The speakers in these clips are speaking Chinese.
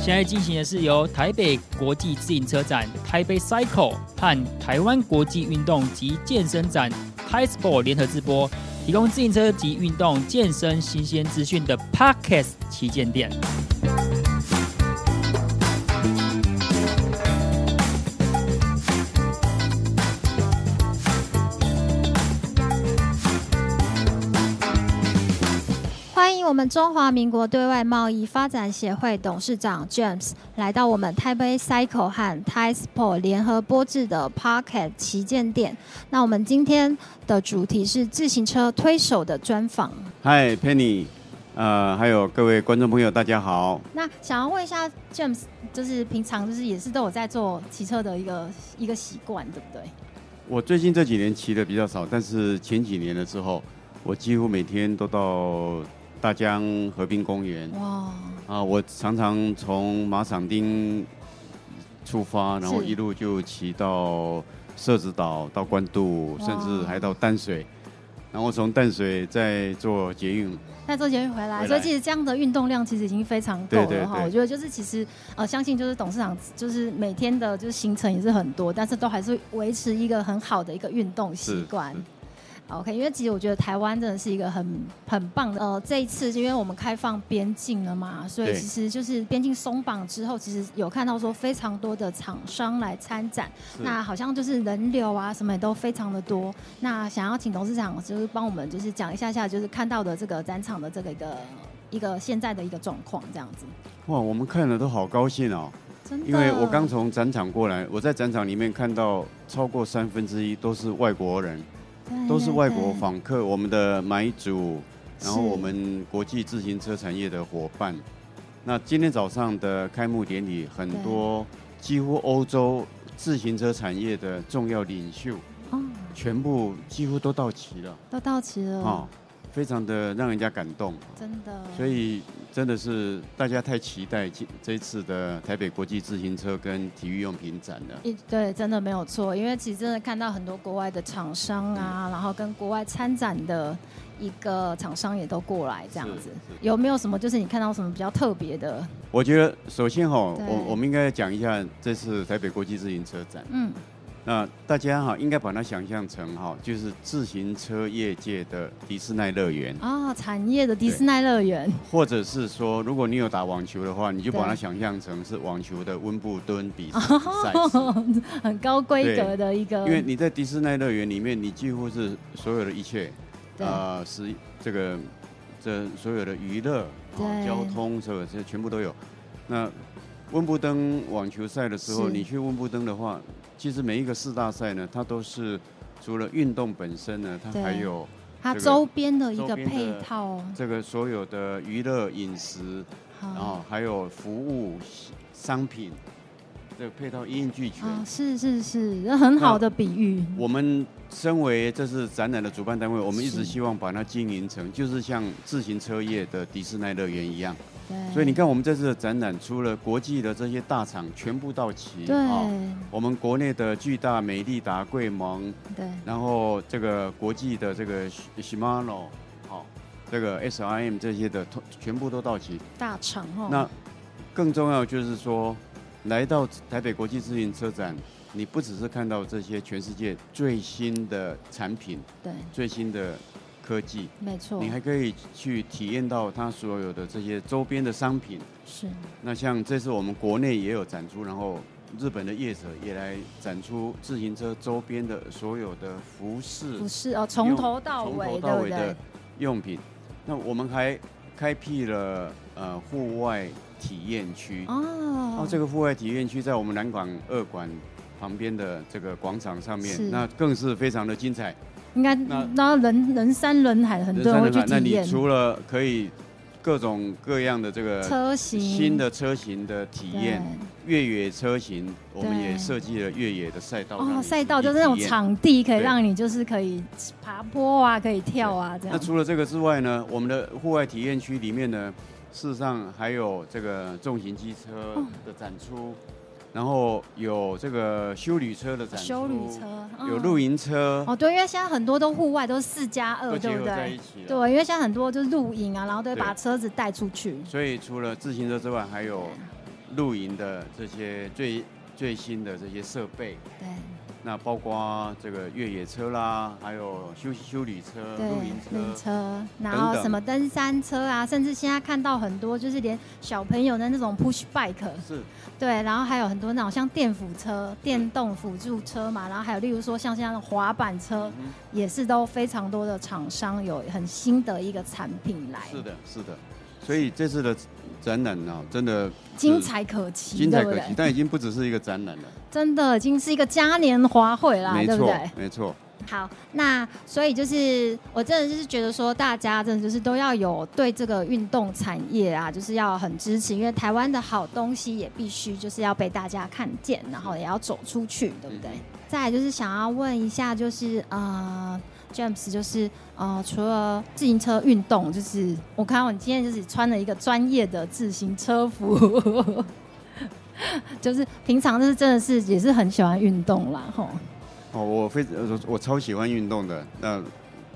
现在进行的是由台北国际自行车展、台北 Cycle 和台湾国际运动及健身展 t i Sport 联合直播，提供自行车及运动健身新鲜资讯的 Podcast 旗舰店。欢迎我们中华民国对外贸易发展协会董事长 James 来到我们台北 Cycle 和 Thai Sport 联合播制的 Pocket 旗舰店。那我们今天的主题是自行车推手的专访。嗨，Penny，呃，还有各位观众朋友，大家好。那想要问一下 James，就是平常就是也是都有在做骑车的一个一个习惯，对不对？我最近这几年骑的比较少，但是前几年的时候，我几乎每天都到大江河滨公园哇，啊，我常常从马场町出发，然后是一路就骑到社子岛、到关渡，哇甚至还到淡水，然后从淡水再坐捷运。那周杰伦回来，回来所以其实这样的运动量其实已经非常够对了对哈。对我觉得就是其实呃，相信就是董事长就是每天的就是行程也是很多，但是都还是维持一个很好的一个运动习惯是。 OK，因为其实我觉得台湾真的是一个很很棒的，呃，这一次因为我们开放边境了嘛，所以对其实就是边境松绑之后，其实有看到说非常多的厂商来参展，是那好像就是人流啊什么也都非常的多。那想要请董事长就是帮我们就是讲一下下，就是看到的这个展场的这个一个一个现在的一个状况这样子。哇，我们看了都好高兴哦。真的，因为我刚从展场过来，我在展场里面看到超过三分之一都是外国人，对都是外国。对对访客，我们的买主，然后是我们国际自行车产业的伙伴。那今天早上的开幕典礼，很对多几乎欧洲自行车产业的重要领袖，哦，全部几乎都到齐了都到齐了，啊、非常的让人家感动。真的。所以真的是大家太期待这这一次的台北国际自行车跟体育用品展了。一对，真的没有错，因为其实真的看到很多国外的厂商啊，然后跟国外参展的一个厂商也都过来这样是子是。有没有什么就是你看到什么比较特别的？我觉得首先哈，对我我们应该讲一下这次台北国际自行车展。嗯，那大家哈，应该把它想象成哈，就是自行车业界的迪士尼乐园，啊、产业的迪士尼乐园，或者是说，如果你有打网球的话，你就把它对想象成是网球的温布顿比赛赛事。哦很高规格的一个，因为你在迪士尼乐园里面，你几乎是所有的一切，对啊，是这个这所有的娱乐、啊、对交通，所有这全部都有。那温布登网球赛的时候，是你去温布登的话，其实每一个四大赛呢，它都是除了运动本身呢，它对还有它这个周边的一个周边的配套，这个所有的娱乐、饮食，好然后还有服务、商品，这个配套一应俱全。啊，是是是，这很好的比喻，我们身为这是展览的主办单位，我们一直是希望把它经营成就是像自行车业的迪士尼乐园一样。对，所以你看，我们这次的展览，除了国际的这些大厂全部到齐，对、哦我们国内的巨大美利达、贵盟，对，然后这个国际的这个 Shimano，好、这个 SRM 这些的，通全部都到齐。大厂哦，那更重要就是说，来到台北国际自行车展，你不只是看到这些全世界最新的产品、对，最新的科技，没错，你还可以去体验到它所有的这些周边的商品。是那像这次我们国内也有展出，然后日本的业者也来展出自行车周边的所有的服饰不、是哦？从头到从尾，头到尾对不对的？用品。那我们还开辟了呃户外体验区。哦哦，，这个户外体验区在我们南港二馆旁边的这个广场上是面，那更是非常的精彩。应该那那人人山人海，很多人会去那体你验除了可以各种各样的这个车型新的车型的体验，越野车型，我们也设计了越野的赛道对。哦，让你赛道去就是那种体验。场地，可以对让你就是可以爬坡啊，可以跳啊，这那样。除了这个之外呢，我们的户外体验区里面呢，事实上还有这个重型机车哦的展出，然后有这个修旅车的展出，修旅车有露影营车，哦，对，因为现在很多都户外都是四加都二，结对不合在对？一起了。对，因为现在很多就是露营啊，然后都会对把车子带出去。所以除了自行车之外，还有露营的这些最最新的这些设备，对那包括这个越野车啦，还有休休旅车、对呃露营，露车，车，然等后等什么登山车啊，甚至现在看到很多就是连小朋友的那种 push bike，是对，然后还有很多那种像电辅车、电动辅助车嘛，然后还有例如说像现在的滑板车，嗯也是都非常多的厂商有很新的一个产品来，是的，是的。所以这次的展览呢、真的精彩可期，精彩可对不期，对？但已经不只是一个展览了，真的已经是一个嘉年华会啦，没对不错对？，没错，好，那所以就是我真的就是觉得说，大家真的就是都要有对这个运动产业啊，就是要很支持，因为台湾的好东西也必须就是要被大家看见，然后也要走出去，对不对？再来就是想要问一下，就是呃，James，就是呃，除了自行车运动，就是我看到你今天就是穿了一个专业的自行车服， 就是平常就是真的是也是很喜欢运动啦，吼。哦，我非我我超喜欢运动的。那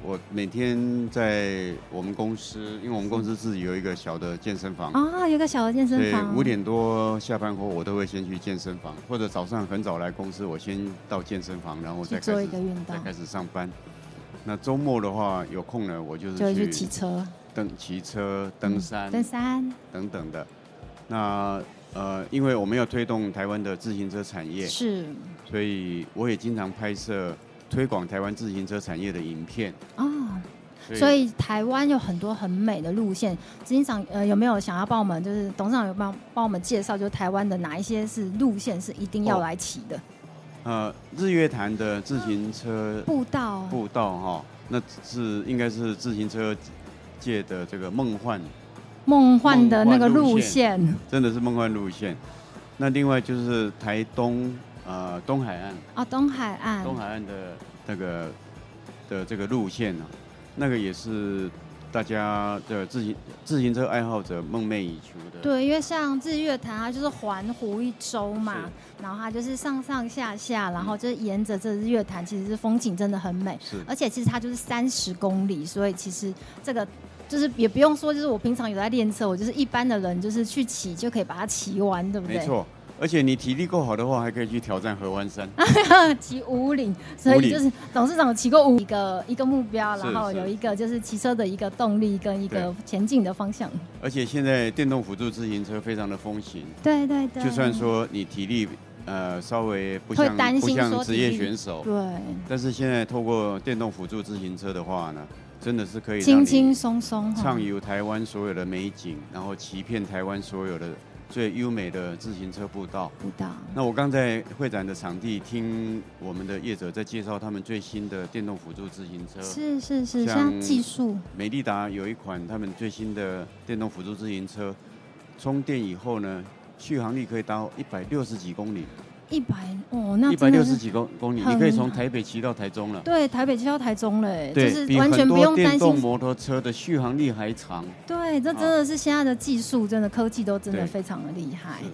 我每天在我们公司，因为我们公司自己有一个小的健身房，啊、有个小的健所身以房，五点多下班后，我都会先去健身房，或者早上很早来公司，我先到健身房，然后去再开做一始个运动再，开始上班。那周末的话，有空呢，我就就会是去去骑车、嗯登骑车、登山、登山等等的。那呃，因为我们要推动台湾的自行车产业，是所以我也经常拍摄推广台湾自行车产业的影片。哦。所以台湾有很多很美的路线，执行长呃有没有想要帮我们，就是董事长有帮帮我们介绍，就是台湾的哪一些是路线是一定要哦来骑的、呃，日月潭的自行车步道？步道哈、那是应该是自行车界的这个梦幻，梦幻的那个梦幻路路线真的是梦幻路线。那另外就是台东呃东海岸，啊，东海岸东海岸的那个的这个路线呢、那个也是大家的自行自行车爱好者梦寐以求的。对，因为像日月潭，它就是环湖一周嘛，然后它就是上上下下，然后就是沿着这日月潭，其实是风景真的很美。是而且其实它就是三十公里，所以其实这个就是也不用说，就是我平常有在练车，我就是一般的人就是去骑就可以把它骑完，对不对？没，错。而且你体力够好的话，还可以去挑战合欢山。 啊骑五岭，所五以岭就是董事长骑过五一个一个目标，是然后是有一个就是骑车的一个动力跟一个前进的方向。而且现在电动辅助自行车非常的风行，对对对，就算说你体力呃稍微不会像担心不像说职业体力选手，对，但是现在透过电动辅助自行车的话呢，真的是可以让轻轻你松松哈畅游台湾所有的美景，然后骑遍台湾所有的最优美的自行车步道。步道。那我刚在会展的场地听我们的业者在介绍他们最新的电动辅助自行车，是是是，呃像像技术美利达有一款他们最新的电动辅助自行车，充电以后呢，续航力可以到一百六十几公里，一百哦，那一百真六的十是几公公里，很你可以从台北骑到台中了。对台北骑到台中嘞，就欸对，是比完全很不多用电担动心。摩托车的续航力还长。对，这真的是现在的技术，真的科技都真的哦对非常的厉害是。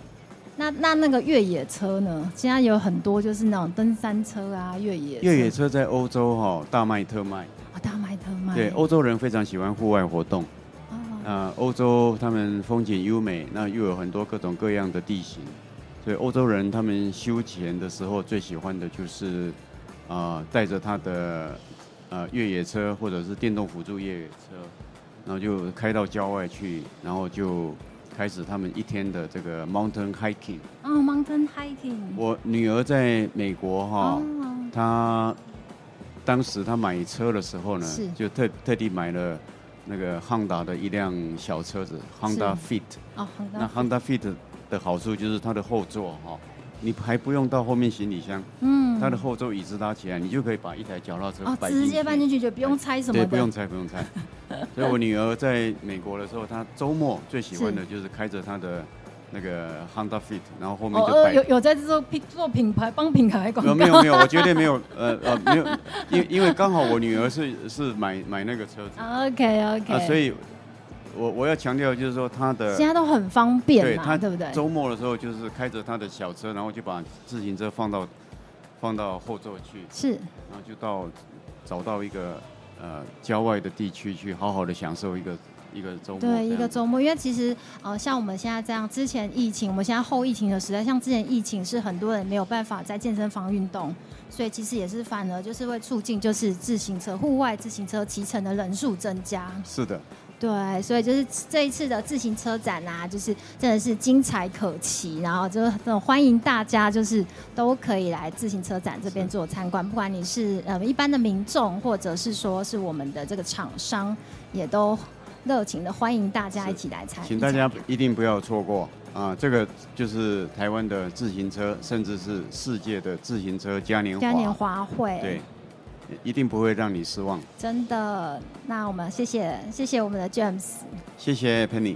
那那那个越野车呢？现在有很多就是那种登山车啊，越野越野车在欧洲哈、大卖特卖，哦大卖特哦卖对，欧洲啊人非常喜欢户外活动。哦那欧洲他们风景优美，那又有很多各种各样的地形，所以欧洲人他们休闲的时候最喜欢的就是，啊、带着他的呃越野车或者是电动辅助越野车，然后就开到郊外去，然后就开始他们一天的这个 mountain hiking。哦，mountain hiking 我女儿在美国哈、哦她当时她买车的时候呢是，就特特地买了那个 Honda 的一辆小车子 Honda Fit。哦，很那高 Honda Fit 的好处就是它的后座哈、你还不用到后面行李箱，嗯它的后座椅子拉起来，你就可以把一台脚踏车哦摆直接搬进去，去就不用拆什么对，的，不用拆不用拆。 所以我女儿在美国的时候，她周末最喜欢的就是开着她的那个 Honda Fit，然后后面哦就哦摆有有在做品做品牌帮品牌广呃，告，没有没有，我绝对没有，呃呃，没有，因因为刚好我女儿是是买买那个车子啊、 OK OK，所以我我要强调就是说她的现在都很方便对嘛，他对不对？周末的时候就是开着她的小车，然后就把自行车放到放到后座去，是然后就到找到一个呃郊外的地区去好好的享受一个一个周末这样对，子。一个周末，因为其实呃，像我们现在这样，之前疫情，我们现在后疫情的时代，像之前疫情是很多人没有办法在健身房运动，所以其实也是反而就是会促进就是自行车户外自行车骑乘的人数增加。是的，对，所以就是这一次的自行车展啊，就是真的是精彩可期，然后就是那种欢迎大家就是都可以来自行车展这边是做参观，不管你是呃一般的民众，或者是说是我们的这个厂商，也都热情的欢迎大家是哎一起来参与。请大家一定不要错过啊！这个就是台湾的自行车，甚至是世界的自行车嘉年华。嘉年华会，对，一定不会让你失望。真的。那我们谢谢谢谢我们的 James。谢谢 Penny。